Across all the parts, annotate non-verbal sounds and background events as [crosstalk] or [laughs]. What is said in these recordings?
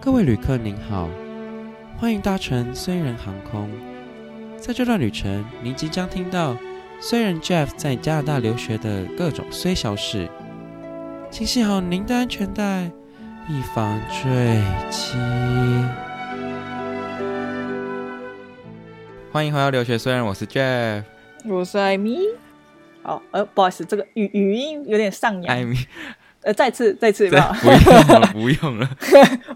各位旅客您好，欢迎搭乘虽然航空。在这段旅程，您即将听到虽然 Jeff 在加拿大留学的各种虽小事，请系好您的安全带，以防坠机。欢迎回到留学，虽然我是 Jeff，我是艾米。好，呃，不好意思，这个语语音有点上扬。艾米，呃，再次，再次有没有，不用了，不用了。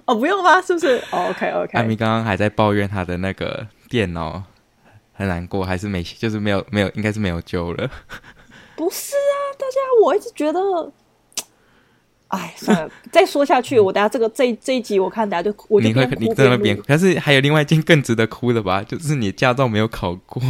哦，不用吗？是不是？哦，OK，OK。艾米刚刚还在抱怨她的那个电脑很难过，还是没，就是没有没有，应该是没有救了。不是啊，大家，我一直觉得，哎，算 [laughs] 了，再说下去，我等下这个这这一集，我看大家就我就你会边你哭在那边边哭录，但是还有另外一件更值得哭的吧， [laughs] 就是你驾照没有考过，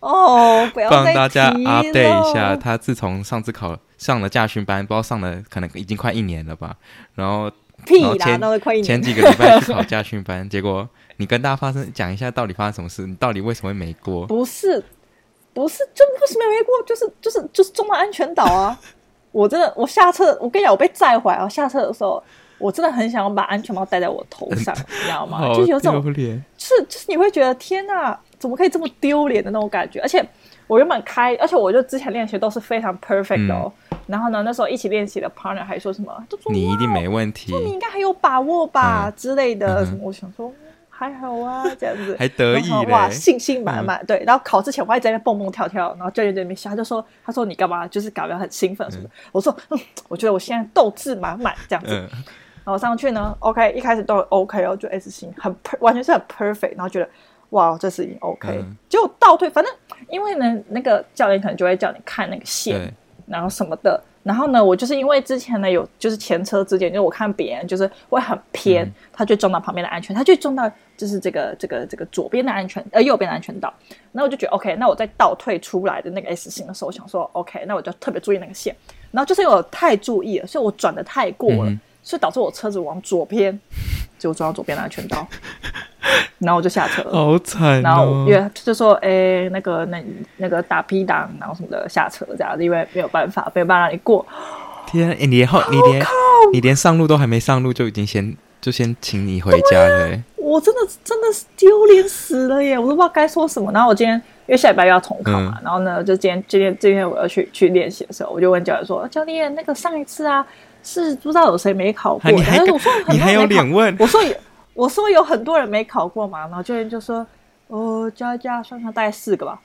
哦，不要帮再大家提 update 一下。了他自从上次考上了驾训班，不知道上了可能已经快一年了吧，然后屁然后啦，前闹了快一前年。几个礼拜去考驾训班，结果你跟大家发生讲一下到底发生什么事，你到底为什么会没过？不是，不是，就为什么没过？就是就是就是中了安全岛啊！ [laughs] 我真的，我下车，我跟你讲，我被载回来，我下车的时候，我真的很想要把安全帽戴在我头上，你知道 [laughs] 吗？好就是有种，丢脸，就是就是你会觉得天呐，怎么可以这么丢脸的那种感觉？而且我原本开，而且我就之前练习都是非常 perfect 的哦。然后呢，那时候一起练习的 partner 还说什么，就说嗯你一定哇没问题，你应该很有把握吧、嗯之类的嗯哼什么。我想说。还好啊，这样子还得意然后哇，嘞嗯信心满满。对，然后考之前我还在那边蹦蹦跳跳，然后教练在那边笑，他就说：“他说你干嘛？就是感觉很兴奋什么的。我说：“嗯，我觉得我现在斗志满满这样子。嗯，然后上去呢，OK，一开始都很 OK 哦，就 S 型很 per, 完全是很 perfect，然后觉得哇，这次已经 OK，、嗯结果倒退，反正因为呢，那个教练可能就会叫你看那个线对，，然后什么的，然后呢，我就是因为之前呢有就是前车之鉴，就是我看别人就是会很偏，嗯他就撞到旁边的安全，他就撞到就是这个这个这个左边的安全呃右边的安全岛，那我就觉得 OK，那我在倒退出来的那个 S 型的时候，我想说 OK，那我就特别注意那个线，然后就是因为我太注意了，所以我转的太过了。嗯哼所以导致我车子往左偏，结果撞到左边的安全岛，然后我就下车了。好惨然后哦我，约就说，诶，那个那那个打 P 档，然后什么的下车这样子，因为没有办法，没有办法让你过。天啊，欸你连后你连你连上路都还没上路，就已经先就先请你回家了、欸。我真的真的是丢脸死了耶！我都不知道该说什么。然后我今天因为下礼拜又要重考嘛，嗯然后呢，就今天今天今天我要去去练习的时候，我就问教练说：“教练，那个上一次啊，是不知道有谁没考啊，过你的，还但是敢我说很多你还人有没考脸问？我说有，我说有很多人没考过嘛，然后教练就说，哦，加一加算算大概四个吧，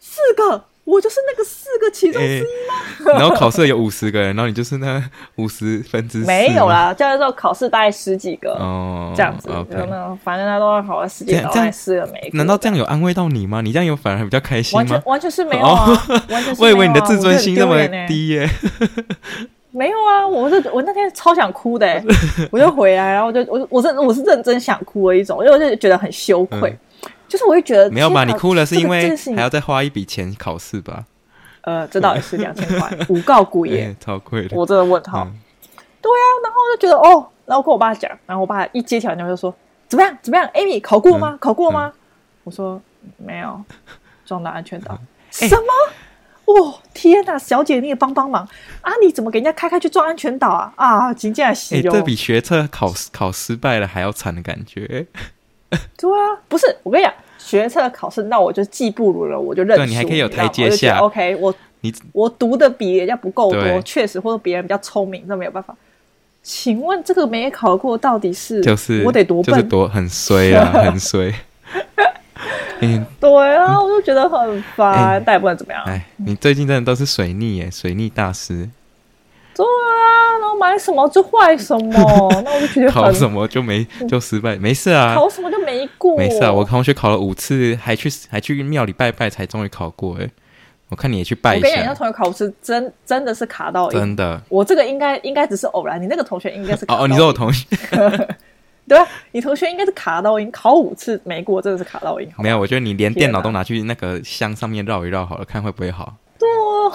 四个，我就是那个四个其中之一。欸啊然后考试有五十个人，然后你就是那五十分之四没有吗。啦，教练说考试大概十几个、哦，这样子， OK 然后呢，反正他都考了十几个，这样然后这样还四个没过。难道这样有安慰到你吗？你这样有反而比较开心完吗哦全？完全是没有啊？完全 [laughs] 是我以为没有啊你的自尊心那我觉得么很丢脸欸低 [laughs] 耶、没有啊，我是我那天超想 [laughs] 哭的欸、我就回来，然后我就我我是我是认真想哭的一种，因为我就觉得很羞愧，就是我会觉得嗯没有吧？天你哪哭了是这个因这为个事情还要再花一笔钱考试吧？呃，这倒也是两千 [laughs] 块，五告股也，欸超贵的。我真的问号。嗯对啊，然后我就觉得哦，然后跟我爸讲，然后我爸一接起来电话就说怎么样怎么样，Amy 考嗯过吗？考过吗？我说没有，撞到安全岛。 [laughs] 哎什么？哦天哪，小姐你也帮帮忙啊！你怎么给人家开开去撞安全岛啊？啊，请进来洗哎、哟。这比学测考考失败了还要惨的感觉。 [laughs] 对啊，不是我跟你讲，学测考试那我就技不如人，我就认输。对你还可以有台阶你知下道吗我就觉得 OK，我你我读的比人家不够对多，确实或者别人比较聪明，那没有办法。请问这个没考过到底是就是我得多笨？就是多很衰 [laughs] 啊，很衰。 [laughs] 嗯，对啊，我就觉得很哎烦，但也不能怎么样。哎，你最近真的都是水逆耶，水逆大师，对啊，然后买什么就坏什 [laughs] 么，那我就觉得考很什么就没就失败，没事啊，嗯考什么就没过。没事啊。我同学考了五次，还去还去庙里拜拜，才终于考过哎。我看你也去拜我一跟你讲，那下，同学考试真真的是卡到一。真的。我这个应该应该只是偶然，你那个同学应该是卡哦到哦，你一说我同学对啊，你同学应该是卡到音，考五次没过，真的是卡到音。没有？我觉得你连电脑都天拿去那个箱上面绕一绕好了，看会不会好。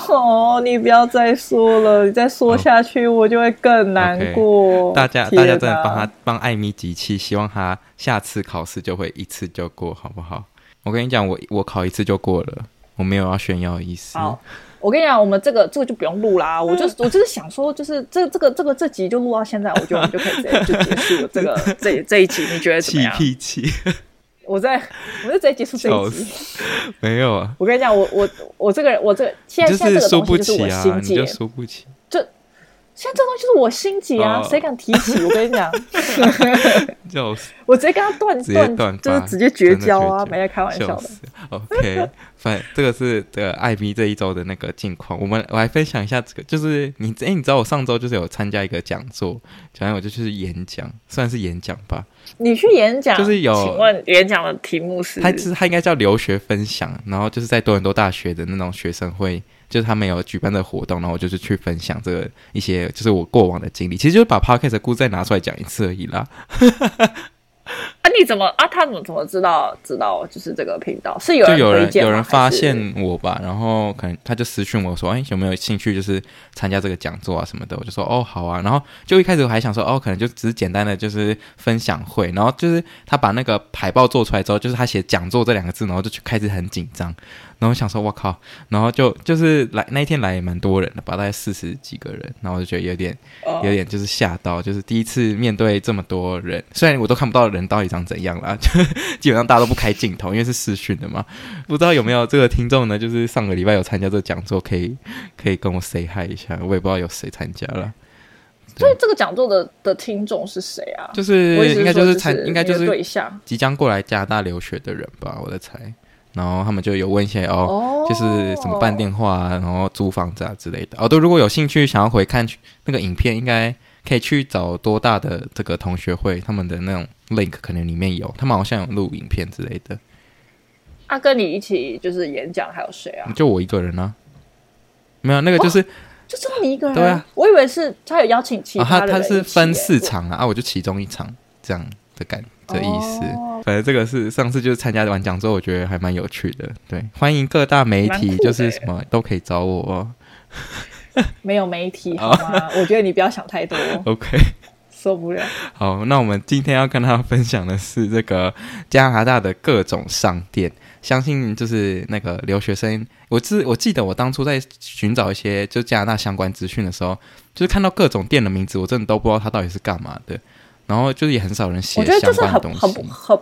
哦，你不要再说了，你再说下去我就会更难过。哦大家天大哪家真的帮他帮艾米集气，希望他下次考试就会一次就嗯过，好不好？我跟你讲，我我考一次就过了，我没有要炫耀的意思。好，我跟你讲，我们这个这个就不用录啦。我就我就是想说，就是这这个这个这集就录到现在，我觉得我们就可以直接就结束这 [laughs] 个这这一集。你觉得怎么气样？屁气， [laughs] 我在我就直接结束这笑一集。死！没有啊，我跟你讲，我我我这个人，我这个现在你就现在是这个东输西不就是起我啊，心你结就，输不起。现在这东西就是我心结啊，哦谁敢提起？我跟你讲，笑死！我直接跟他断 [laughs] 直接断断，就发是直接绝交啊，真没的绝交在开玩笑笑的。死！OK，反 [laughs] 这个是这个艾米这一周的那个近况，我们我来分享一下这个，就是你哎、你知道我上周就是有参加一个讲座，讲完我就去演讲，算是演讲吧，你去演讲，就是有请问演讲的题目是？它是它应该叫留学分享，然后就是在多伦多大学的那种学生会，就是他们有举办的活动，然后我就是去分享这个一些就是我过往的经历，其实就是把 podcast 的故事再拿出来讲一次而已啦。啊，你怎么啊？他怎么怎么知道知道就是这个频道是有就有推人荐吗，有人发还是现我吧，然后可能他就私讯我说，哎，有没有兴趣就是参加这个讲座啊什么的？我就说哦好啊，然后就一开始我还想说哦，可能就只是简单的就是分享会，然后就是他把那个海报做出来之后，就是他写讲座这两个字，然后就去开始很紧张，然后我想说我靠，然后就就是来那一天来也蛮多人的吧，大概四十几个人，然后我就觉得有点哦有点就是吓到，就是第一次面对这么多人，虽然我都看不到人到底长怎样啦，就 [laughs] 基本上大家都不开镜头，因为是视讯的嘛。不知道有没有这个听众呢？就是上个礼拜有参加这个讲座，可以可以跟我 say hi 一下，我也不知道有谁参加了。所以这个讲座的的听众是谁啊？就是我一直应该说就是是参，应该就你的对是象即将过来加拿大留学的人吧，我在猜。然后他们就有问一些哦，哦就是怎么办电话啊，然后租房子啊之类的。哦，对，如果有兴趣想要回看那个影片，应该可以去找多大的这个同学会他们的那种 link，可能里面有，他们好像有录影片之类的。啊，跟你一起就是演讲还有谁啊？就我一个人啊，没有那个就是、就只有你一个人？对啊，我以为是哦他有邀请其啊，他的人他一起耶、是分四场啊，啊，我就其中一场这样的感的意思。哦反正这个是上次就是参加完讲之后，我觉得还蛮有趣的。对，欢迎各大媒蛮酷体，的就是耶什么都可以找我、哦。没有媒体好吗？我觉得你不要想太多， OK，受不了。好，那我们今天要跟大家分享的是这个加拿大的各种商店。相信就是那个留学生，我记我记得我当初在寻找一些就加拿大相关资讯的时候，就是看到各种店的名字，我真的都不知道它到底是干嘛的。然后就是也很少人写我觉得相就是关的很东西。很不很，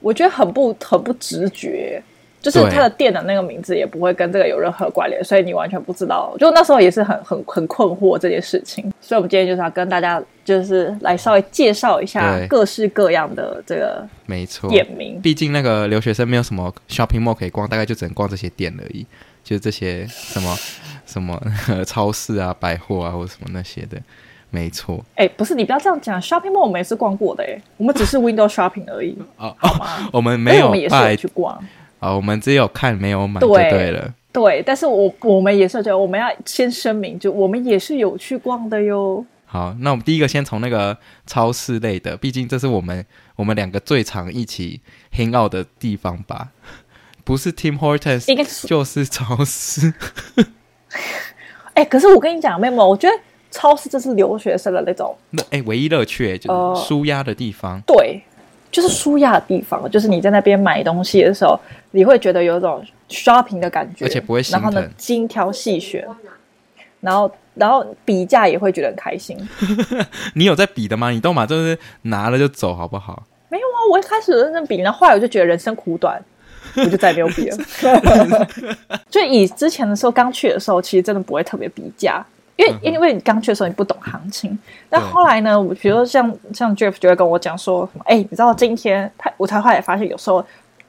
我觉得很不很不直觉，就是对他的店的那个名字也不会跟这个有任何关联，所以你完全不知道。就那时候也是很很很困惑这件事情，所以我们今天就是要跟大家就是来稍微介绍一下对各式各样的这个没错，店名。毕竟那个留学生没有什么 shopping mall 可以逛，大概就只能逛这些店而已，就是这些什么什么 [laughs] 呃超市啊、百货啊或者什么那些的。没错，哎、不是你不要这样讲，shopping mall 我们也是逛过的哎、我们只是 window shopping 而已，哦好吗？我们而没且我有们也是有拜去逛。啊、我们只有看没有买就对对了。对，但是我我们也是这样，我们要先声明，就我们也是有去逛的哟。好，那我们第一个先从那个超市类的，毕竟这是我们我们两个最常一起 hang out 的地方吧， [laughs] 不是 Tim Hortons 应该是就是超市。 [laughs] 哎、可是我跟你讲，妹妹，我觉得超市这是留学生的那种，那哎、唯一乐趣欸就哦是舒压的地方。对，就是舒压的地方，就是你在那边买东西的时候，你会觉得有一种 shopping 的感觉，而且不会心然后呢疼，精挑细选，然后然后比价也会觉得很开心。你有在比的吗？你都嘛就是拿了就走，好不好？没有啊，我一开始认真比，然后后来我就觉得人生苦 [laughs] 短，我就再也没有比了。就以之前的时候，刚去的时候，其实真的不会特别比价，因嗯为、因为你刚去的时候你不懂行情。但后来呢，我比如说像像 Jeff 就会跟我讲说，什么哎、你知道今天他我才后来发现，有时候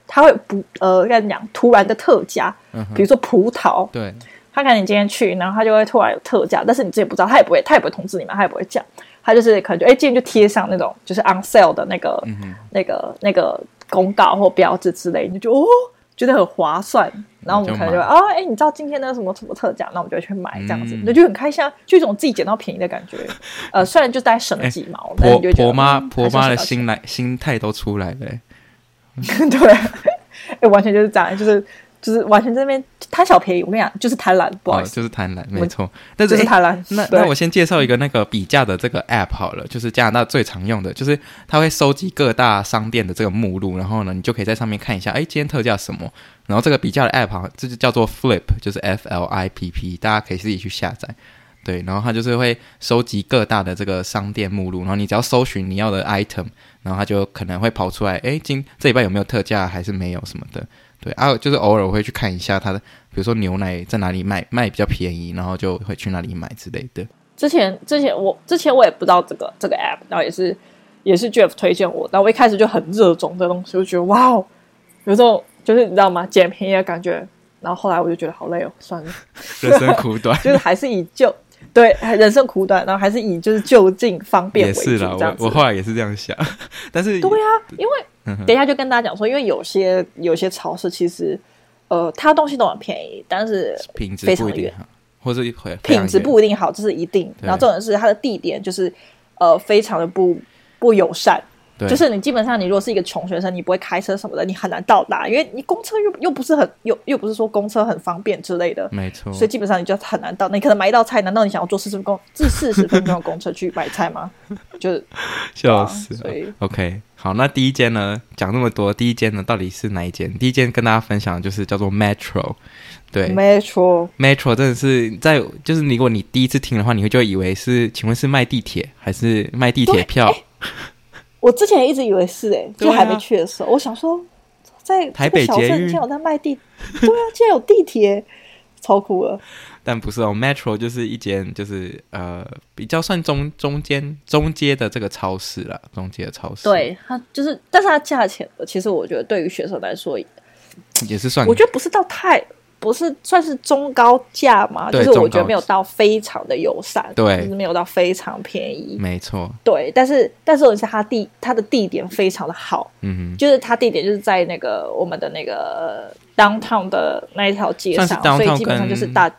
他会不呃跟你讲突然的特价，嗯哼比如说葡萄，对，他看你今天去，然后他就会突然有特价，但是你自己不知道，他也不会，他也不会通知你嘛，他也不会讲，他就是可能就哎、今天就贴上那种就是 on sale 的那个、嗯那个那个公告或标志之类，你就觉得哦觉得很划算，然后我们可能就就会啊哎、你知道今天那个什么什么特价，那我们就会去买这样子，嗯那、就很开心，啊，就一种自己捡到便宜的 [laughs] 感觉。呃，虽然就大概省了几毛，但婆你就觉得婆妈嗯婆还妈是省到的钱心来心态都出来了欸、 [laughs] 对，哎、完全就是这样，就是就是完全在那边贪小便宜，我跟你讲，就是贪婪，不好哦，意思，就是贪婪，没我错。但是就是诶贪婪。那对那我先介绍一个那个比价的这个 app 好了，就是加拿大最常用的，就是它会收集各大商店的这个目录，然后呢，你就可以在上面看一下，哎，今天特价什么。然后这个比价的 app 好像这就叫做 Flip，就是 F L I P P，大家可以自己去下载。对，然后它就是会收集各大的这个商店目录，然后你只要搜寻你要的 item，然后它就可能会跑出来，哎，今这礼拜有没有特价，还是没有什么的。对啊，就是偶尔我会去看一下它的，比如说牛奶在哪里卖卖比较便宜，然后就会去哪里买之类的。之前之前我之前我也不知道这个这个 app，然后也是也是 Jeff 推荐我，然后我一开始就很热衷这东西，我就觉得哇哦，有这种就是你知道吗，捡便宜的感觉。然后后来我就觉得好累哦，算 [laughs] 了， [laughs] 人生 [laughs] 苦短就是还是以就对人生苦短，然后还是以就是就近方便也为主是啦，这样我子我。后来也是这样想， [laughs] 但是对啊，因为嗯哼等一下就跟大家讲说，因为有些有些超市其实呃，它东西都很便宜，但是品质非不常一定远好，或是会非常品质远不一定好，这是一定。啊对然后重点是它的地点就是呃非常的不不友善，对就是你基本上你如果是一个穷学生，你不会开车什么的，你很难到达，因为你公车又又不是很又又不是说公车很方便之类的。没错，所以基本上你就很难到，你可能买一道菜，难道你想要坐四十分钟至四十分钟的公车去买菜 [laughs] 吗？就是 [laughs] 笑死所以了。OK，好，那第一间呢，讲那么多，第一间呢到底是哪一间？第一间跟大家分享的就是叫做 Metro，对，没错， Metro 真的是在，就是如果你第一次听的话，你会就会以为是，请问是卖地铁还是卖地铁票？我之前一直以为是哎、对就啊还没去的时候，我想说，在台北这个小捷镇运竟然有在卖地，对啊，竟然有地铁，超酷了。但不是哦，Metro 就是一间就是呃比较算中中间中阶的这个超市啦，中阶的超市，，对它就是，但是它价钱，其实我觉得对于学生来说，嗯也是算我觉得不是到太，不是算是中高价嘛，就对是我觉中高得没有到非常的友善，对嗯就是没有到非常便宜，没错，对。但是但是，我是它地它的地点非常的好，嗯就是它地点就是在那个我们的那个 downtown 的那一条街算上，是所 downtown 以基本上就是跟大哼，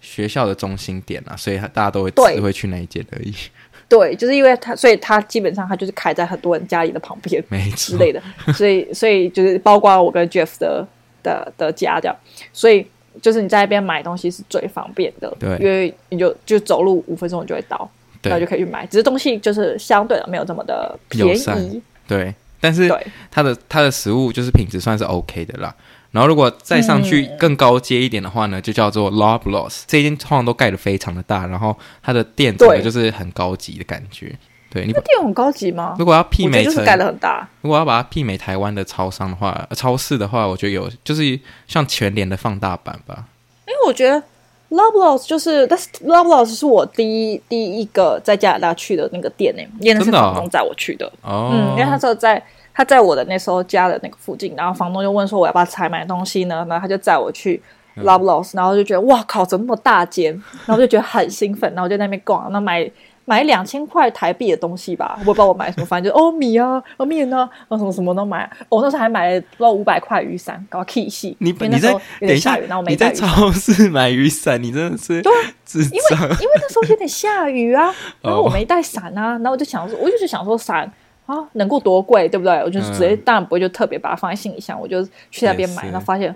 学校的中心点啊，所以大家都会对只会去那一间而已， [laughs] 对，就是因为它，所以它基本上它就是开在很多人家里的旁边没之错，类 [laughs] 的，所以所以就是包括我跟 Jeff 的的的家这样，所以就是你在那边买东西是最方便的，对因为你就就走路五分钟你就会到，然后就对可以去买，只是东西就是相对的没有这么的便友善宜，对，但是对它的它的食物就是品质算是 OK 的啦。然后如果再上去嗯更高阶一点的话呢，就叫做 Loblaws。这一间通常都盖得非常的大，然后它的店整个对就是很高级的感觉。对你把，店很高级吗？如果要我媲觉得美就是成，盖的很大，如果要把它媲美台湾的超商的话，呃超市的话，我觉得有就是像全联的放大版吧。因为我觉得 Loblaws 就是，但是 Loblaws 是我第一第一个在加拿大去的那个店呢、因为那是真的哦房东载我去的，哦，嗯，因为他就在他在我的那时候家的那个附近，然后房东就问说我要不要才买东西呢，然后他就载我去嗯 Loblaws，、然后就觉得哇靠，怎么那么大间，然后就觉得很兴奋，然后我就在那边逛，那买买两千块台币的东西吧，我也不知道我买什么，反正就哦米啊，哦面啊，然后什么什么都买，我、那时候还买了不知道五百块雨伞，搞 K 系，你因为你那时在候有等一点下下雨，然后我，没你带在雨伞。超市买雨伞，你真的是对啊智因为障。因为那时候有点下雨啊，然后我哦没带伞啊，然后我就想说，我就是想说伞啊能够多贵，对不对？我就是直接、嗯当然不会就特别把它放在行李箱，我就去那边买，也是然后发现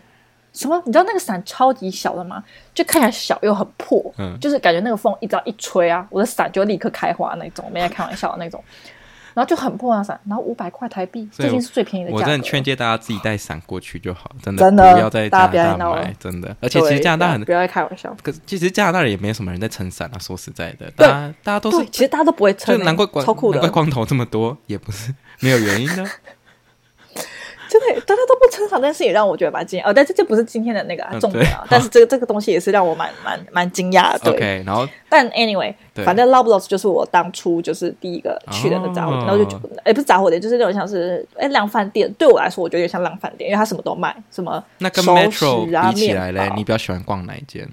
什么？你知道那个伞超级小的吗？就看起来小又很破，嗯就是感觉那个风一只要一吹啊，我的伞就立刻开花那种，没在开玩笑的那种。然后就很破啊伞，然后五百块台币，所以这我件是最便宜的价格我了。真的劝诫大家自己带伞过去就好，真的真的不要在加大家不要拿再闹大了买，真的。而且对，啊其实加拿大很不，要再开玩笑。可是其实加拿大人也没有什么人在撑伞啊。说实在的，大家大家都对，是，其实大家都不会撑就欸，难怪光超酷的难怪，光头这么多，也不是 [laughs] 没有原因的。 [laughs] 真的，大家都不撑伞，但是也让我觉得蛮惊讶。哦，但是这不是今天的那个、啊嗯重点啊 [laughs] 对，但是这个这个东西也是让我蛮蛮蛮惊讶的。对 OK，然后但 anyway，对反正 Loblaws 就是我当初就是第一个去的那杂货店，哦然后就觉得，哎，不是杂货店，就是那种像是哎量贩店。对我来说，我觉得有点像量贩店，因为它什么都卖，什么那跟熟 Metro、食啊、比起来嘞面，包你比较喜欢逛哪一间？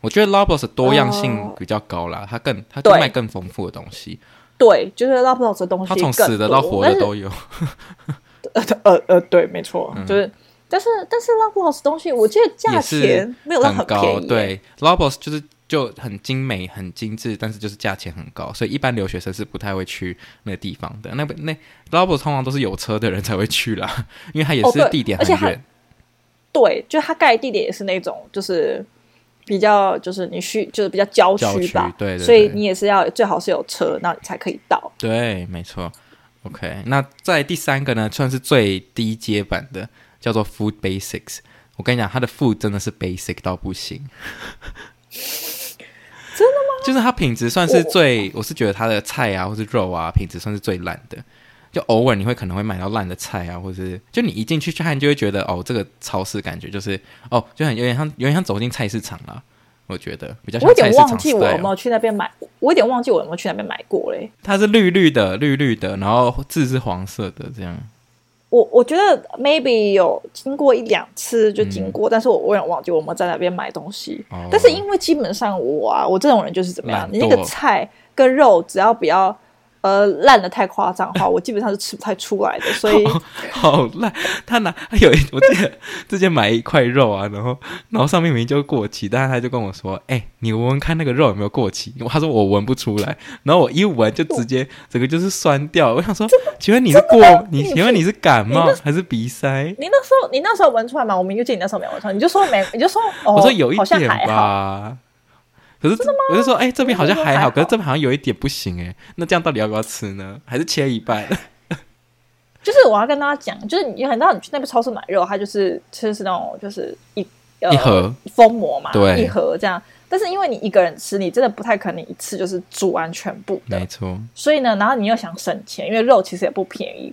我觉得 Lobos 的多样性哦比较高啦，它更它就对卖更丰富的东西，对，就是 Loblaws 的东西它更从多，死的到活但的是都有。 [laughs] 呃呃，对，没错，嗯就是。但是但是 Loblaws 东西，我记得价也是钱没有到很便高，宜，，对，Lobos 就是就很精美、很精致，但是就是价钱很高，所以一般留学生是不太会去那个地方的。那那 Lobos 通常都是有车的人才会去啦，因为它也哦是对地点而且很还远，对，就它盖的地点也是那种，就是比较就是你需就是比较郊郊区区吧，对对对所以你也是要最好是有车，那你才可以到。对，没错。OK，那在第三个呢，算是最低阶版的，叫做 Food Basics。我跟你讲，它的 Food 真的是 basic 到不行。 [laughs] 真的吗？就是它品质算是最，我是觉得它的菜啊，或是肉啊，品质算是最烂的。就偶尔你会可能会买到烂的菜啊，或者是就你一进去去看就会觉得哦，这个超市感觉就是哦，就很有点像有点像走进菜市场啦。我觉得比较我像有菜点市忘场记我有 style 没有去那边买，我有点忘记我有没有去那边买过嘞。它是绿绿的，绿绿的，然后字是黄色的，这样。 [laughs] 我我觉得 maybe 有经过一两次就经过，但是我我有点忘记我们在那边买东西。嗯哦但是因为基本上我啊，我这种人就是怎么样懒，惰你那个菜跟肉只要不要呃烂的太夸张的话，我基本上是吃不太出来的。所 [laughs] 以 [laughs] 好烂，他拿他有一 [laughs] 我记得之前买一块肉啊，然后然后上面明明就过期，但是他就跟我说：“哎、你闻闻看那个肉有没有过期？”他说我闻不出来，然后我一闻就直接整个就是酸掉。我想说， [laughs] 请问你是过你请问你是感冒还是鼻塞？你那时候你那时候闻出来吗？我明就记得你那时候没闻出来，你就说没，你 [laughs] 就说哦，我说有一好像点还好。吧。可是我就说，哎、这边好像还还好，好可是这边好像有一点不行哎、那这样到底要不要吃呢？还是切一 [laughs] 半？就是我要跟大家讲，就是你很到你去那边超市买肉，啊它就是就是那种就是一、呃、一盒封膜嘛，对一盒这样。但是因为你一个人吃，你真的不太可能一次就是煮完全部没的，错，所以呢，然后你又想省钱，因为肉其实也不便宜。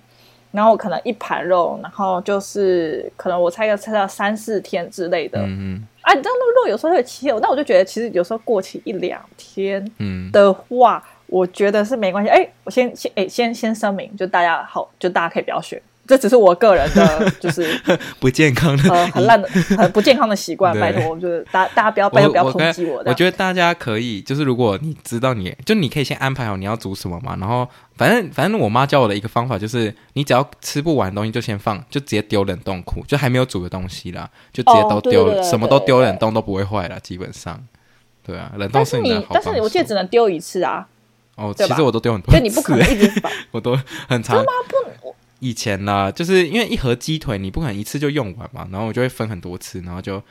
然后可能一盘肉，然后就是可能我猜要吃到三四天之类的。嗯啊，你知道那个肉有时候会起油，那我就觉得其实有时候过期一两天，嗯嗯，的话，我觉得是没关系。哎，我先先哎先先声明，就大家好，就大家可以不要学，这只是我个人 [laughs] 的，就是不健康的呃很烂的、很不健康的习惯。嗯对拜托，就是大大家不要我拜托不要我抨击我我。的。觉得大家可以，就是如果你知道你，就你可以先安排好你要煮什么嘛。然后反正反正我妈教我的一个方法就是，你只要吃不完的东西就先放，就直接丢冷冻库，就还没有煮的东西啦，就直接哦都对丢对了，对什么对都丢对冷冻都不会坏了，基本上。对啊，冷冻但是你的你好，但是我帮记得手只能丢一次啊，哦，对其实吧我都丢很多次就欸，你不可能一直摆。 [laughs] 我都很常。以前啦，就是因为一盒鸡腿你不可能一次就用完嘛，然后我就会分很多次，然后就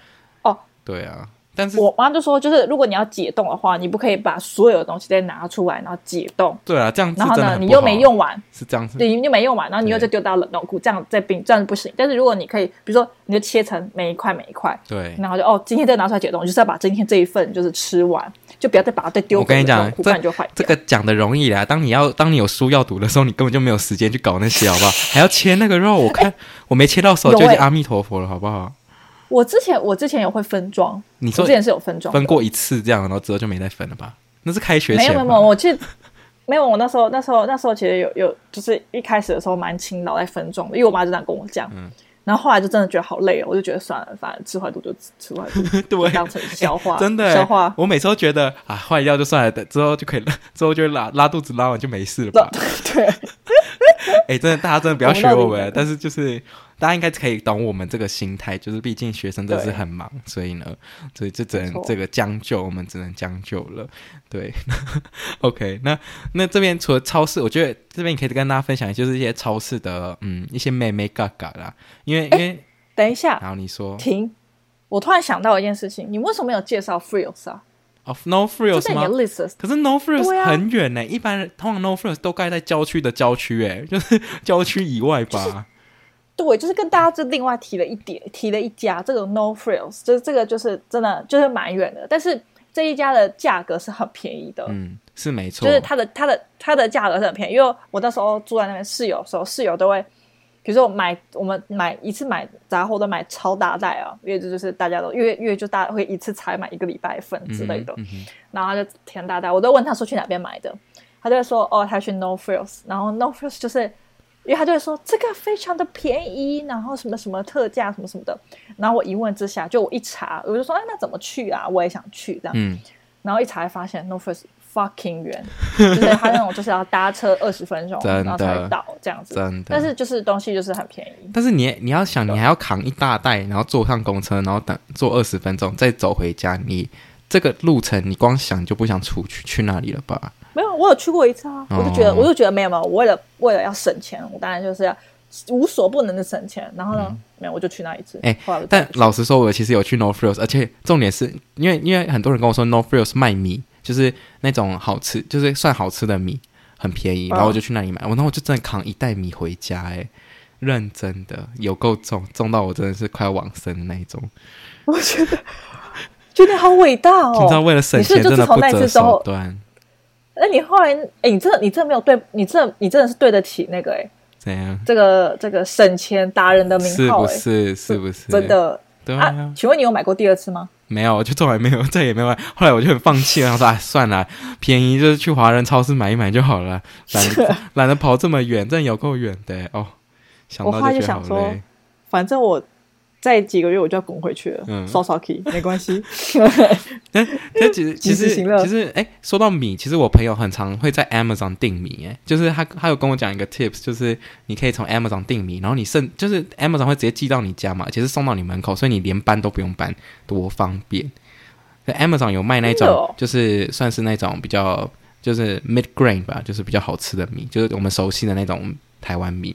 哦，对啊，但是我妈就说，就是如果你要解冻的话，你不可以把所有的东西再拿出来，然后解冻，对啊，这样子然后真的呢很你不又好没用完，是这样子，对，你就没用完，然后你又对再丢到冷冻库，这样再冰，这样不行。但是如果你可以，比如说你就切成每一块每一块，对，然后就哦，今天再拿出来解冻，就是要把今天这一份就是吃完，就不要再把它再丢我跟回你讲冷冻库，这不然就坏掉。这个讲的容易啦，当你要当你有书要读的时候，你根本就没有时间去搞那些，好 [laughs] 不好？还要切那个肉，我看我没切到手就已有欸经阿弥陀佛了，好不好？我之前我之前有会分装，你我说之前是有分装的，分过一次这样，然后之后就没再分了吧？那是开学没前有没吧有没有，我其实没有，我那时候那时候那时候其实有有，就是一开始的时候蛮勤劳在分装的，因为我妈就这样跟我讲，嗯然后后来就真的觉得好累哦，我就觉得算了，反正吃坏肚就吃坏肚， [laughs] 对，当成消化，真的欸、消化。我每次都觉得啊，坏掉就算了，等之后就可以拉，之后就会拉拉肚子拉完就没事了吧？对， [laughs] 哎、真的，大家真的不要学我我们到底们，但是就是大家应该可以懂我们这个心态，就是毕竟学生真的是对很忙，所以呢，所以就只没能错这个将就，我们只能将就了。对 [laughs] ，OK，那那这边除了超市，我觉得这边你可以跟大家分享，就是一些超市的嗯一些妹妹嘎嘎啦，因为因为、等一下，然后你说停，我突然想到一件事情，你为什么没有介绍 Freels 啊？哦 No 就 Frills 在你的吗？ list 可是 No Frills 对啊很远呢、一般人通常 No Frills 都盖在郊区的郊区，哎， [laughs] 就是郊区以外吧。对，就是跟大家就另外提了一点，提了一家这种 No Frills，就是这个就是真的就是蛮远的，但是这一家的价格是很便宜的，嗯，是没错，就是它的它的它的价格是很便宜，因为我那时候住在那边室友的时候，室友都会，比如说我买我们买一次买杂货都买超大袋啊，因为这就是大家都因为因为就大家会一次采买一个礼拜份之类的，嗯哼嗯哼然后他就填大袋，我都问他说去哪边买的，他就会说哦，他去 No Frills，然后 No Frills 就是，因为他就会说这个非常的便宜，然后什么什么特价什么什么的，然后我一问之下，就我一查，我就说哎，那怎么去啊？我也想去这样，嗯，然后一查才发现 No Frills fucking 远， [laughs] 就是他那种就是要搭车二十分钟，真的然后才到这样子，真的。但是就是东西就是很便宜，但是你你要想，你还要扛一大袋，然后坐上公车，然后等坐二十分钟，再走回家，你这个路程你光想就不想出去去那里了吧？没有，我有去过一次啊，哦我就觉得，我就觉得没有没有，我为了为了要省钱，我当然就是要无所不能的省钱。然后呢，没有，我就去那一次。嗯哎后来我就但老实说，我其实有去 No Frills，而且重点是因为因为很多人跟我说 No Frills 卖米，就是那种好吃，就是算好吃的米，很便宜。哦然后我就去那里买，我然后我就真的扛一袋米回家、哎，认真的有够重，重到我真的是快要往生的那一种。我觉得觉得好伟大哦。你知道为了省你是钱就真自的从不那一择次之手后，段，那你后来，哎，你真的你真的没有对，你真的你真的是对得起那个哎，怎样？这个这个省钱达人的名是号不哎，是？是不是？真的对啊啊？，请问你有买过第二次吗？没有，我就从来没有，再也没有买。后来我就很放弃了，我说啊，算了，便宜就是去华人超市买一买就好了，懒 [laughs] 得懒得跑这么远，真的有够远的哦。想到我后来觉就得好想说累，反正我在几个月我就要滚回去了，嗯烧烧 k 没关系。 [laughs] 但其实及其时实行乐其实哎，说到米，其实我朋友很常会在 Amazon 订米，哎，就是他他有跟我讲一个 tips，就是你可以从 Amazon 订米，然后你甚就是 Amazon 会直接寄到你家嘛，而且是送到你门口，所以你连搬都不用搬，多方便。所以 Amazon 有卖那真种，的哦就是算是那种比较就是 mid grain 吧，就是比较好吃的米，就是我们熟悉的那种台湾米。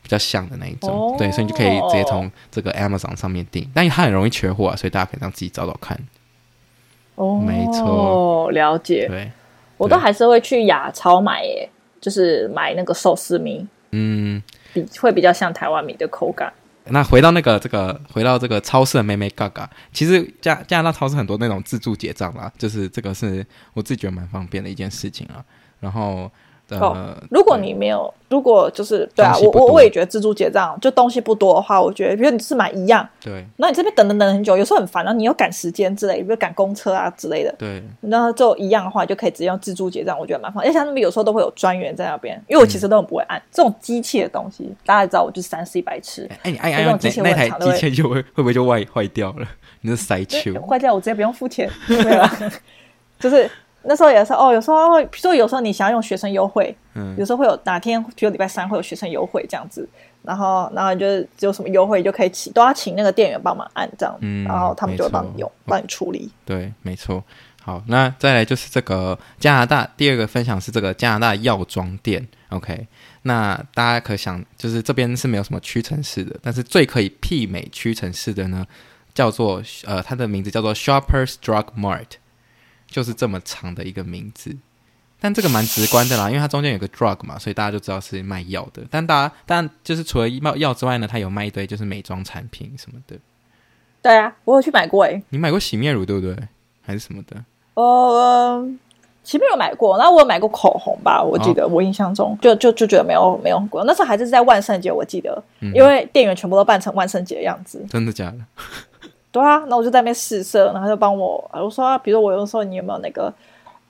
比较像的那一种，哦对，所以你就可以直接从这个 Amazon 上面订，但它很容易缺货啊，所以大家可以让自己找找看。 [laughs] 哦没错，了解。对，我都还是会去亚超买耶，就是买那个寿司米，嗯，比会比较像台湾米的口感。那回到那个这个，回到这个超市的妹妹嘎嘎，其实加加拿大超市很多那种自助结账啦，就是这个是我自己觉得蛮方便的一件事情啊。然后呃，哦如果对你没有，如果就是对啊，嗯东西我不多我我也觉得自助结账就东西不多的话，我觉得比如你是买一样，对那你这边等等等很久，有时候很烦，然后你又赶时间之类，比如赶公车啊之类的，对然后就一样的话，就可以直接用自助结账，我觉得蛮方便。而且他们有时候都会有专员在那边，因为我其实嗯都很不会按、这种机器的东西，大家也知道我就是三 C 白痴，哎，你按这按按种机器那那我很台常都机会器就会会不会就坏坏掉了？你是塞球哎对，坏掉我直接不用付钱， [laughs] 对吧？就是那时候也是哦，有时候会，比如说有时候你想要用学生优惠，嗯有时候会有哪天，比如礼拜三会有学生优惠这样子，然后然后你就是有什么优惠，你就可以请都要请那个店员帮忙按这样，嗯然后他们就会帮没你错用，帮你处理。对，没错。好，那再来就是这个加拿大第二个分享是这个加拿大药妆店，OK。那大家可想，就是这边是没有什么屈臣氏的，但是最可以媲美屈臣氏的呢，叫做呃，它的名字叫做 Shoppers Drug Mart，就是这么长的一个名字。但这个蛮直观的啦，因为它中间有个 drug 嘛，所以大家就知道是卖药的。但大家，但就是除了药药之外呢，它有卖一堆就是美妆产品什么的。对啊，我有去买过诶、欸，你买过洗面乳对不对？还是什么的？呃，前面有买过，然后我有买过口红吧，我啊记得、我印象中就就就觉得没有没有很贵，那时候还是在万圣节，我记得，嗯因为店员全部都扮成万圣节的样子，真的假的？对啊，那我就在那边试色，然后他就帮我，呃我说、啊，比如我有时候你有没有那个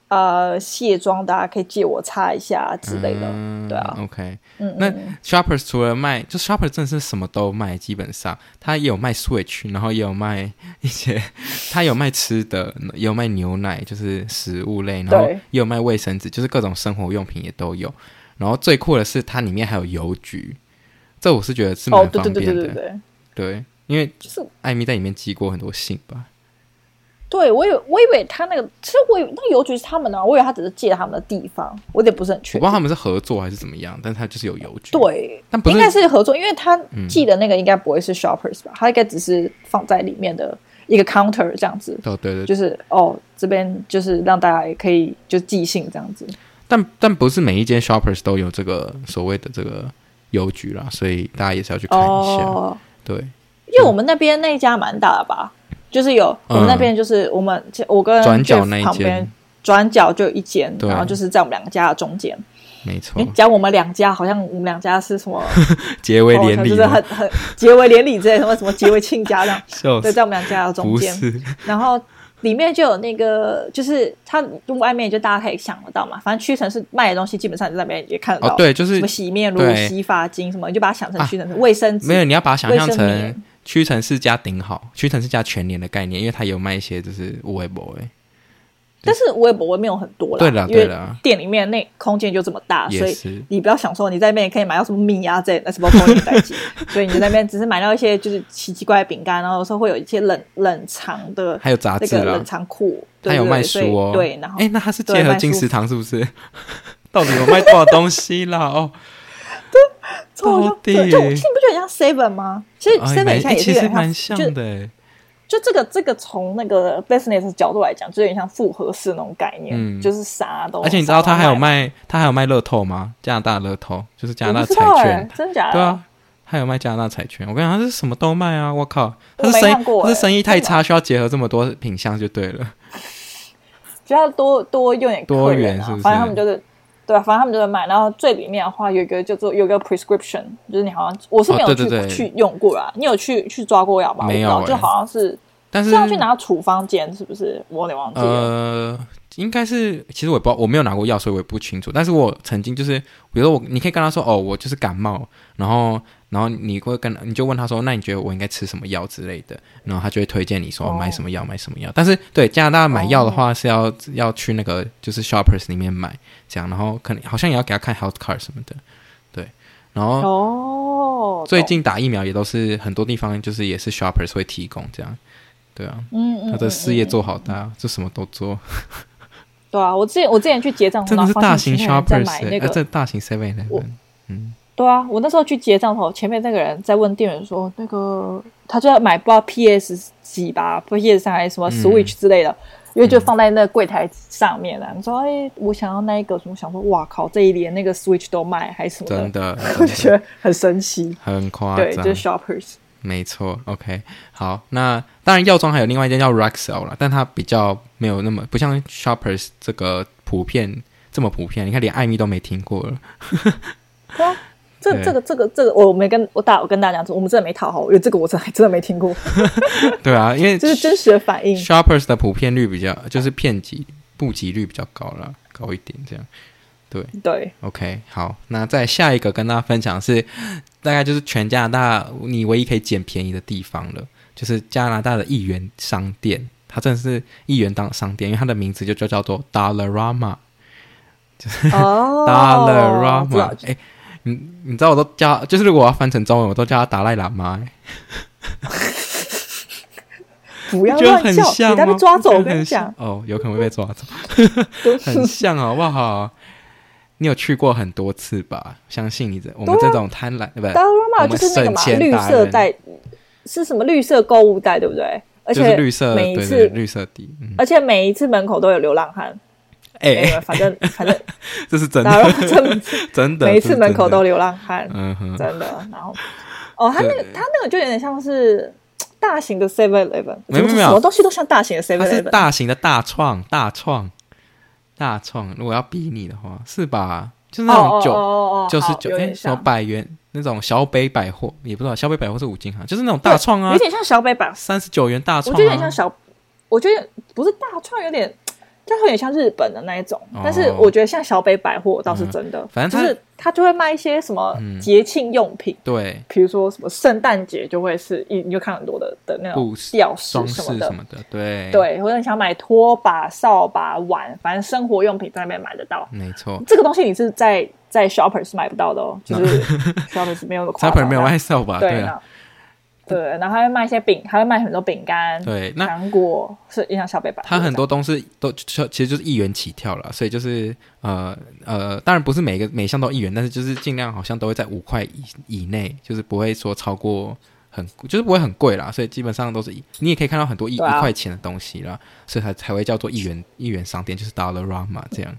呃卸妆的、啊，可以借我擦一下之类的，嗯对啊， OK，嗯，那嗯 Shoppers 除了卖，就 Shoppers 真的是什么都卖，基本上它也有卖 Switch，然后也有卖一些，它有卖吃的，也有卖牛奶，就是食物类，然后对也有卖卫生纸，就是各种生活用品也都有。然后最酷的是它里面还有邮局，这我是觉得是蛮哦，对方对便的，对对对对，对因为就是艾米在里面寄过很多信吧。对我以为我以为他那个，其实我以为那个邮局是他们的啊，我以为他只是借他们的地方，我有点不是很我确不知道定。他们是合作还是怎么样，但是它就是有邮局。，对，但不是啊嗯应该是合作，因为他寄的那个应该不会是 Shoppers 吧，他应该只是放在里面的一个 counter 这样子，哦，对对对就是哦这边就是让大家也可以就寄信这样子。但但不是每一间 Shoppers 都有这个所谓的这个邮局啦，所以大家也是要去看一下。哦，对，因为我们那边那一家蛮大的吧，就是有我们那边就是我们我跟嗯转角 Jeff 那一旁边间转角就有一间，对哦然后就是在我们两家的中间。没错你，讲我们两家，好像我们两家是什么？哦结为连理就是吗很很结为连理之类，什么什么结为亲家这 [laughs] 样。笑对，死，在我们两家的中不间。是，然后里面就有那个，就是它外面就大家可以想得到嘛，反正屈臣氏卖的东西基本上你在那边也看得到。哦对就是什么洗面乳对、洗发精什么，你就把它想成啊屈臣氏、卫生纸。没有，你要把它想象卫生棉成屈臣氏加顶好，屈臣氏加全年的概念，因为它有卖一些就是无为博哎，但是微博没有很多啦，对啦因为对啦店里面那空间就这么大，啊也所以是你不要想说你在那边也可以买到什么米啊这那什么口令代 [laughs] 金，所以你在那边只是买到一些就是奇奇怪怪的饼干，然后有时候会有一些冷冷藏的还有杂那志个啦冷，藏库，对它有对卖对所以书哦，对，然后哎，那它是对结合卖金书 [laughs] 石堂是不是？到底有卖多少东西啦？哦，超到像，底对，就其实你不觉得很像 Seven 吗？其实哎 Seven 蛮现在也是其有实点蛮像，像就的欸，就这个这个从那个 business 角度来讲，就有点像复合式那种概念，嗯就是啥都。而且你知道啥都他还有卖卖，他还有卖乐透吗？加拿大乐透就是加我拿大不知彩道券哎，，真假的？对啊，还有卖加拿大彩券。我跟你讲，他是什么都卖啊！我靠，他我是没生看意，过他欸是生意太真的差，需要结合这么多品相就对了。就要多多用点多客元人啊，是不是反正他们就是。对啊，反正他们就会卖。然后最里面的话，有一个叫做有一个 prescription，就是你好像我是没有哦去、对对对去用过啦，你有去去抓过药吗？没有我不知道欸就好像是但是是要去拿处方笺，是不是？我有点忘记了。呃，应该是，其实我也不知道，我没有拿过药，所以我也不清楚。但是我曾经就是，比如说我，你可以跟他说，哦，我就是感冒，然后，然后你会跟，你就问他说，那你觉得我应该吃什么药之类的，然后他就会推荐你说、哦买什么药，买什么药。但是对加拿大买药的话是要、要去那个就是 Shoppers 里面买，这样，然后可能好像也要给他看 health card 什么的，对，然后哦，呃最近打疫苗也都是很多地方就是也是 Shoppers 会提供这样，对啊。懂嗯嗯，他的嗯事业嗯做好大，就什么都做。对啊，我之前我之前去结账，真的是然后大发型现前面有人在 shoppers，买欸那呃个，这大型 seven 我 eleven，嗯，对啊，我那时候去结账的时候，前面那个人在问店员说，那个他就要买不知道 PS 几吧，PS 三还是什么嗯 Switch 之类的，因为就放在那个柜台上面了。你说，哎，我想要那一个什么，想说，哇靠，这一连那个 Switch 都卖还是什么真的，的我就 [laughs] 觉得很神奇。很夸对，张就，是 shoppers。没错。OK，好，那当然药妆还有另外一间叫 Rexel 啦，但它比较没有那么不像 shoppers 这个普遍这么普遍，你看连艾米都没听过了。 [laughs] 对啊，这对这个这个这个，我没跟我大我跟大家讲，我们真的没讨好，因为这个我真的真的没听过，对啊，因为这是真实的反应。 shoppers 的普遍率比较就是骗及布及率比较高啦，高一点这样。 [laughs] 对， OK，好，那再下一个跟大家分享是，大概就是全加拿大你唯一可以捡便宜的地方了，就是加拿大的一元商店，它真的是一元当商店，因为它的名字就就叫做 Dollarama。哦我知 Dollarama，道哎、你你知道我都叫，就是如果我要翻成中文，我都叫它达赖喇嘛、欸，不要觉得乱很叫，像你吗？他被抓走，不我觉得跟你很像讲，哦，有可能会被抓走，都很像好不好？你有去过很多次吧？相信你这我们对这啊种贪婪，不是 Dollarama 我就们是那个省嘛，钱绿达色人袋是什么？绿色购物袋，对不对？而就是且绿色，每对一对次对，绿色底，嗯，而且每一次门口都有流浪汉， [laughs] 哎、没有，反正反正这是真的， Dollarama 真 [laughs] 真的，每一次这是门口真的都有流浪汉，嗯哼，真的。然后哦，他那个对他那个就有点像是大型的 Seven Eleven，没有没有什么东西都像大型的 Seven 它是 Eleven，大型的大创，大创，大创。如果要逼你的话，是吧？就是那哦哦种九哦哦，九十好九，有哎，点什么像。百元那种小北百货，也不知道小北百货是五金行，就是那种大对创啊有，点像小北百三十九元大我创、啊，觉得有点像小，我觉得不是大创，有点，但有点像日本的那一种。哦嗯但是我觉得像小北百货倒是真的，反正它就是它就会卖一些什么嗯节庆用品，对比如说什么圣诞节就会是一，你就看很多的的那种布饰吊饰装饰什么什的。么的，哎对，对，或者你想买拖把、扫把、碗，反正生活用品在那边买得到。没错。这个东西你是在在 Shopper 是买不到的哦，就是 [laughs] Shopper 是没有那么夸张 s 啊 h 的。没有外售吧？对对然啊后，对，然后还会卖一些饼，还会卖很多饼干，对，那糖果是影响小北版，它很多东西都就其实就是一元起跳了，所以就是呃呃，当然不是每个每项都一元，但是就是尽量好像都会在五块以以内，就是不会说超过很就是不会很贵啦，所以基本上都是一你也可以看到很多一一对啊块钱的东西啦，所以才才会叫做一元一元商店，就是 Dollarama 这样。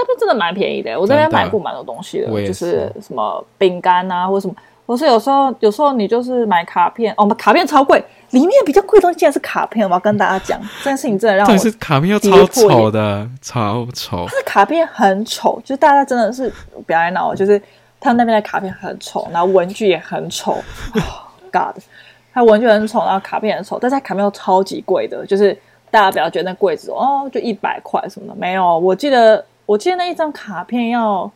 那边真的蛮便宜的。我这边买过蛮多东西的我，也就是是什么饼干啊，或什么。我是有时候，有时候你就是买卡片，哦，卡片超贵，里面比较贵的东西竟然是卡片。我要跟大家讲，这件事情真的让我，但是是卡片又跌超破眼丑的，超丑。卡片很丑，就是大家真的是不要来闹我，就是他们那边的卡片很丑，然后文具也很丑、oh,，God，他文具很丑，然后卡片很丑，但是它卡片又超级贵的，就是大家不要觉得那柜子哦就一百块什么的，没有，我记得我记得那一张卡片要，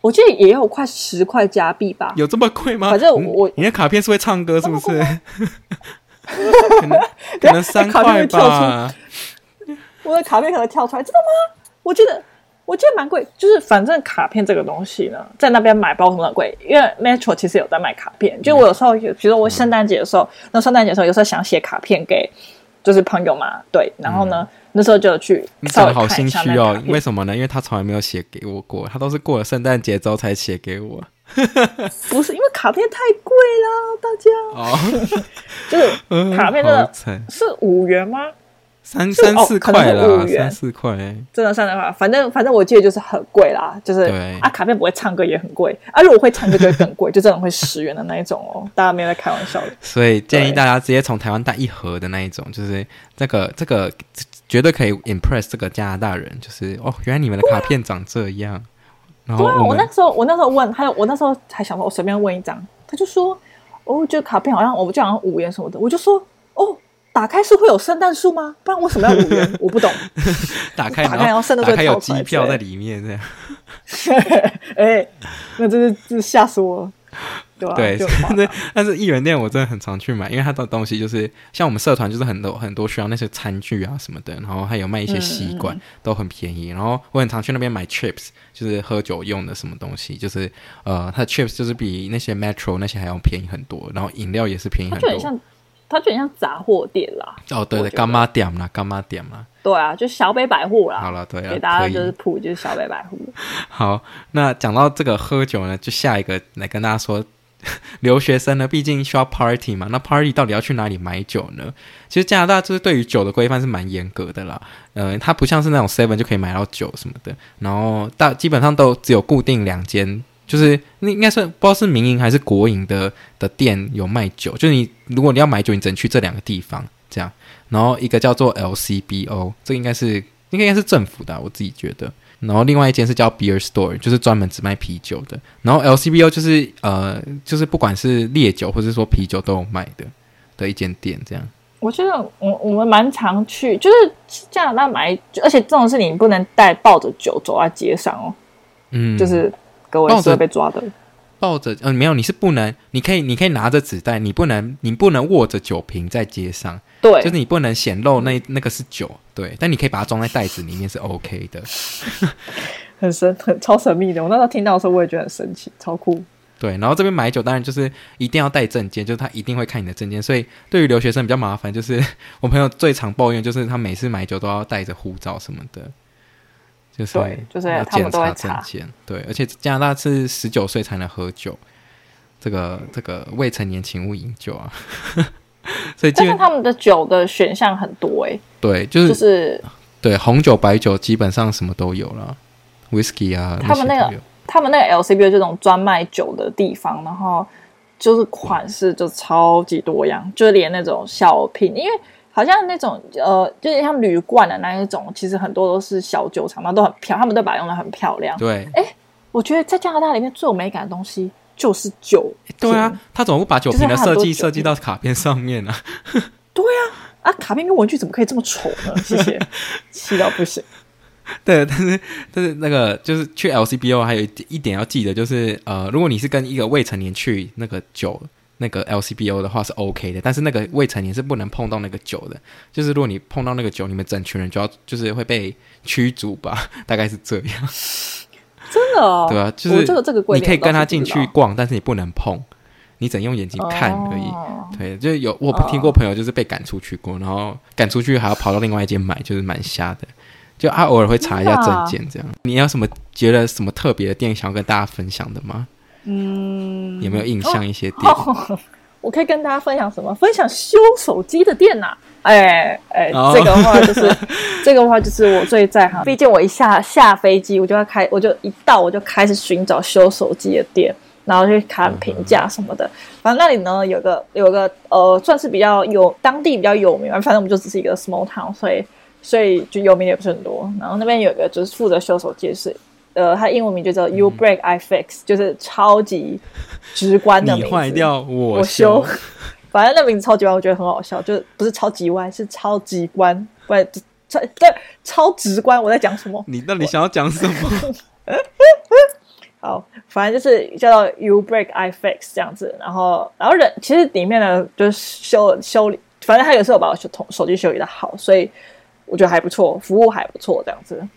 我记得也要快十块加币吧，有这么贵吗？反正嗯我你的卡片是会唱歌 [laughs] 是不是这么贵？可能可能三卡片块会跳出吧。我的卡片盒跳出来，真的吗？我觉得，我觉得蛮贵。就是反正卡片这个东西呢，在那边买包括很贵，因为 Metro 其实有在卖卡片。就我有时候，比如说我圣诞节的时候，那圣诞节的时候有时候想写卡片给就是朋友嘛，对。然后呢，那时候就有去嗯你稍讲微的好看心一下虚那哦卡，片为。什么呢？因为他从来没有写给我过，他都是过了圣诞节之后才写给我。不是因为卡片太贵啦，大家哦， [laughs] 就是嗯卡片真的好惨是五元吗？三是三哦四可能块是啦，五元三四块。真的三的话，反正反正我记得就是很贵啦，就是对啊，卡片不会唱歌也很贵，啊，如果会唱歌就会更贵，就真的会十元的那一种哦，大家没有在开玩笑的。所以建议对大家直接从台湾带一盒的那一种，就是这个这个绝对可以 impress 这个加拿大人，就是哦，原来你们的卡片长这样。然后对啊，我我们那时候我那时候问，还有我那时候还想说，我随便问一张，他就说，哦，这个卡片好像我就好像五元什么的，我就说，哦，打开是会有圣诞树吗？不然为什么要五元？我不 [laughs] 懂。打开打开然然后后剩的打就开会有跳出来机票之在类里面这样。哎、那真是真是吓死我了，对吧、 [laughs] 对，就很夸张但但是一元店我真的很常去买，因为它的东西就是像我们社团就是很多很多需要那些餐具啊什么的，然后还有卖一些吸管、嗯都很便宜，然后我很常去那边买 chips，就是喝酒用的什么东西，就是呃它的 chips 就是比那些 metro 那些还要便宜很多，然后饮料也是便宜它很就很多。像，它就很像杂货店啦，哦，对我觉对，得干妈点啦，干妈点啦。对啊，就小北百货啦。好了，对啊，给大可家以就是普就是小北百货，好，那讲到这个喝酒呢，就下一个来跟大家说， [laughs] 留学生呢，毕竟需要 party 嘛，那 party 到底要去哪里买酒呢？其实加拿大就是对于酒的规范是蛮严格的啦，呃，它不像是那种 seven 就可以买到酒什么的，然后大基本上都只有固定两间。就是那应该算不知道是民营还是国营的的店有卖酒，就是你如果你要买酒，你只能去这两个地方这样。然后一个叫做 LCBO，这个应该是应该应该是政府的啊、我自己觉得。然后另外一间是叫 Beer Store，就是专门只卖啤酒的。然后 LCBO 就是呃，就是不管是烈酒或者说啤酒都有卖的的一间店，这样。我觉得我我们蛮常去，就是加拿大买，而且这种事你不能带抱着酒走在街上哦，嗯，就是各位抱着是会被抓的。抱着，嗯、没有，你是不能，你可以，你可以拿着纸袋，你不能，你不能握着酒瓶在街上，对，就是你不能显露那那个是酒，对，但你可以把它装在袋子里面是 OK 的，很神，很超神秘的。我那时候听到的时候，我也觉得很神奇，超酷。对，然后这边买酒当然就是一定要带证件，就是他一定会看你的证件，所以对于留学生比较麻烦。就是我朋友最常抱怨就是他每次买酒都要带着护照什么的，就是对就是要他检们都查会证查件。对，而且加拿大是十九岁才能喝酒，这个这个未成年请勿饮酒啊。 [laughs] 所以基但是本他们的酒的选项很多哎、对就是、就是对红酒白酒基本上什么都有了，whisky 啊，他们那那些个都有他们那个 LCBO 这种专卖酒的地方，然后就是款式就超级多样，就连那种小品，因为好像那种呃，就是像旅馆的那一种，其实很多都是小酒厂嘛，都很漂亮，他们都把它用的很漂亮。对我觉得在加拿大里面最有美感的东西就是酒瓶，对啊，他总不把酒就是瓶的它很设多计酒设计瓶到卡片上面啊。啊，卡片跟文具怎么可以这么丑呢？谢 [laughs] 谢，气到不行。对，但是但是那个就是去 LCBO 还有一一点要记得，就是呃，如果你是跟一个未成年去那个酒那个 LCBO 的话是 OK 的，但是那个未成年是不能碰到那个酒的，就是如果你碰到那个酒，你们整群人就要就是会被驱逐吧，大概是这样，真的哦，对吧、就我是这个这个规你定可以我倒跟他是进不知道去逛，但是你不能碰，你只能用眼睛看而已。哦对，就是有我听过朋友就是被赶出去过，然后赶出去还要跑到另外一间买，就是蛮瞎的。就啊，偶尔会查一下真的证啊件这样。你有什么觉得什么特别的店想要跟大家分享的吗？嗯，有没有印象一些店？哦，我可以跟大家分享什么？分享修手机的店呐、哎哎，哦这个话就是 [laughs] 这个话就是我最在行。毕竟我一下下飞机，我就要开，我就一到我就开始寻找修手机的店，然后去看评价什么的。反正那里呢有个有个呃，算是比较有当地比较有名，反正我们就只是一个 small town，所以所以就有名的也不是很多。然后那边有个就是负责修手机的是。呃，它英文名就叫 You Break I Fix，、就是超级直观的你名字。坏掉我我修修，， [laughs] 反正那名字超级歪，我觉得很好笑，就是不是超级歪，是超级观，不然超对超直观。我在讲 [laughs] 什么？ [laughs] 你到底想要讲什么？好，反正就是叫做 You Break I Fix 这样子，然后然后人其实里面呢就是修修理，反正他也是有把我手手机修理的好，所以我觉得还不错，服务还不错这样子。 [laughs]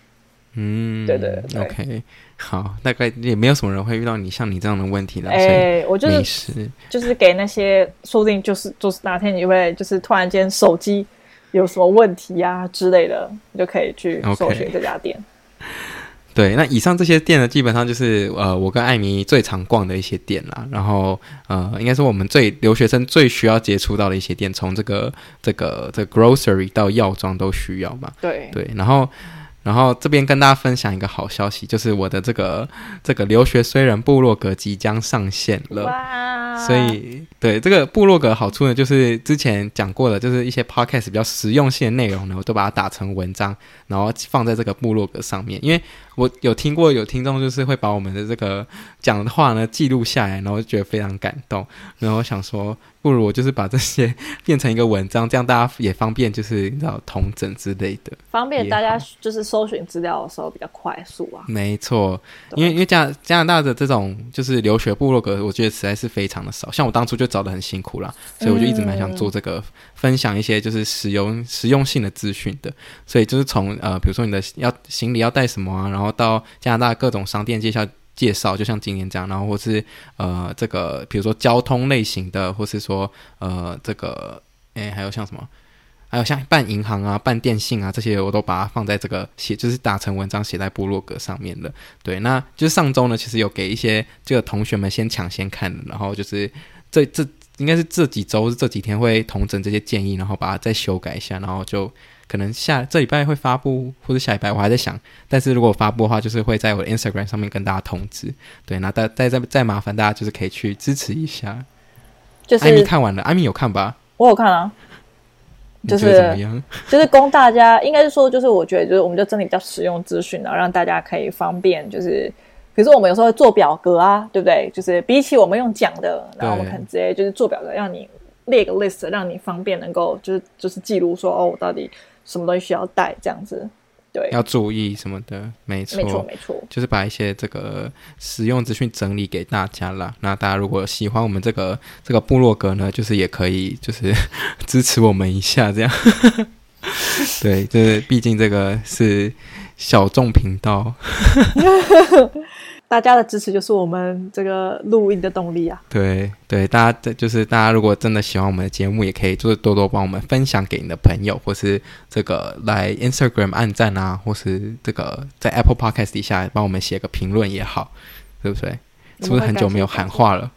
嗯，对对对 o k 好，大概也没有什么人会遇到你像你这样的问题的，所哎，我就以是没事。就是给那些说不定就是就是哪天你会就是突然间手机有什么问题啊之类的，你就可以去 OK 搜寻这家店。对，那以上这些店呢，基本上就是呃，我跟艾米最常逛的一些店啦。然后呃，应该说我们最留学生最需要接触到的一些店，从这个这个这个 grocery 到药妆都需要嘛。对，对，然后然后这边跟大家分享一个好消息，就是我的这个这个留学虽然部落格即将上线了。哇所以，对这个部落格好处呢，就是之前讲过的，就是一些 podcast 比较实用性的内容呢，我都把它打成文章，然后放在这个部落格上面。因为我有听过有听众就是会把我们的这个讲的话呢记录下来，然后就觉得非常感动。然后我想说，不如我就是把这些变成一个文章，这样大家也方便，就是你知道同整之类的。方便也大家就是搜寻资料的时候比较快速啊。没错，对因为因为加加拿大的这种就是留学部落格，我觉得实在是非常的少。像我当初就找的很辛苦啦，所以我就一直蛮想做这个、分享一些就是实用实用性的资讯的。所以就是从呃，比如说你的要行李要带什么啊，然后到加拿大各种商店介绍介绍，就像今年这样，然后或是呃这个比如说交通类型的，或是说呃这个哎还有像什么。还有像办银行啊、办电信啊这些，我都把它放在这个写，就是打成文章写在部落格上面的。对，那就是上周呢，其实有给一些这个同学们先抢先看的，然后就是这这应该是这几周这几天会统整这些建议，然后把它再修改一下，然后就可能下这礼拜会发布，或者下礼拜我还在想，但是如果发布的话，就是会在我的 Instagram 上面跟大家通知。对，那大再再再麻烦大家就是可以去支持一下。就艾米是看完了，艾米有看吧？我有看啊，你就觉得怎么是样？就是供大家，应该是说，就是我觉得，就是我们就整理比较实用资讯啊，让大家可以方便，就是比如说我们有时候会做表格啊，对不对？就是比起我们用讲的，然后我们对可能直接就是做表格，让你列个 list，让你方便能够就是就是记录说哦，我到底什么东西需要带这样子。对，要注意什么的，没错，没错没错，就是把一些这个实用资讯整理给大家啦。那大家如果喜欢我们这个这个部落格呢，就是也可以就是支持我们一下，这样。 [laughs] 对，就是毕竟这个是小众频道，大家的支持就是我们这个录音的动力啊。对对，大家就是大家如果真的喜欢我们的节目，也可以就是多多帮我们分享给你的朋友，或是这个来 Instagram 按赞啊，或是这个在 Apple Podcast 底下帮我们写个评论也好，对不对？是不是很久没有喊话了？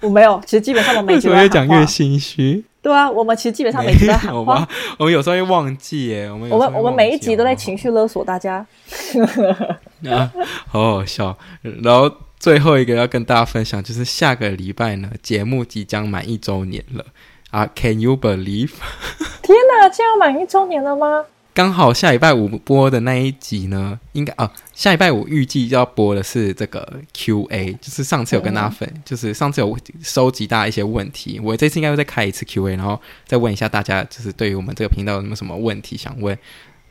我没有，其实基本上我们每 [laughs] 为集都什么在越喊讲话越 [laughs] 心虚？对啊，我们其实基本上每集没都在喊有话吧。？ [laughs] 我们有时候会忘记耶，我们有我时们候会我们忘每一记集都在好情绪勒索大家。不好啊， [laughs] 好好笑。然后最后一个要跟大家分享，就是下个礼拜呢，节目即将满一周年了啊！Can you believe？天哪，这样满一周年了吗？刚好下礼拜五播的那一集呢，应该啊，下礼拜五预计要播的是这个 Q&A，就是上次有跟大家分，就是上次有收集大家一些问题，我这次应该会再开一次 Q&A，然后再问一下大家，就是对于我们这个频道有没有什么问题想问。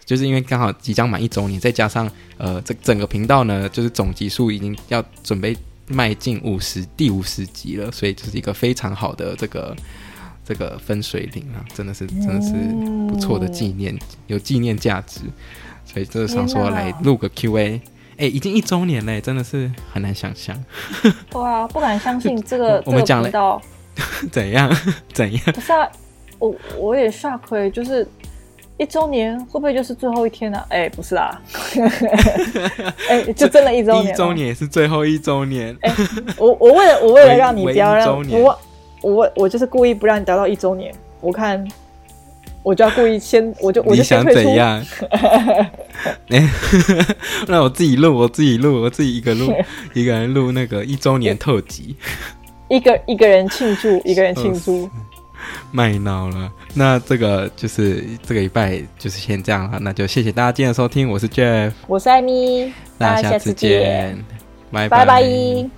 就是因为刚好即将满一周年，再加上呃，这整个频道呢，就是总集数已经要准备迈进五十第五十集了，所以就是一个非常好的这个这个分水岭啊，真的是真的是不错的纪念，有纪念价值，所以就是想说天哪来录个 Q&A。哎、已经一周年嘞，真的是很难想象 [laughs] 哇，不敢相信这个我们这讲个了频道，怎样 [laughs] 怎样。不是啊，我我也 shock，欸就是一周年会不会就是最后一天呢、啊？哎、不是啦， [laughs] 哎、就真的一周第年一了哎周年也是最后一周年，我我为了我为了让你唯不要唯一让周年我我我就是故意不让你达到一周年，我看我就要故意先我就我你就先想退出 [laughs] 怎。样？哎 [laughs] 那我自己录，我自己录，我自己一 [laughs] 个录，一个人录那个一周年特辑，一个一个人庆祝，一个人庆嗯祝。卖闹了。那这个就是这个礼拜就是先这样了，那就谢谢大家今天的收听，我是 Jeff，我是艾米，家大家下下次次见，拜拜拜拜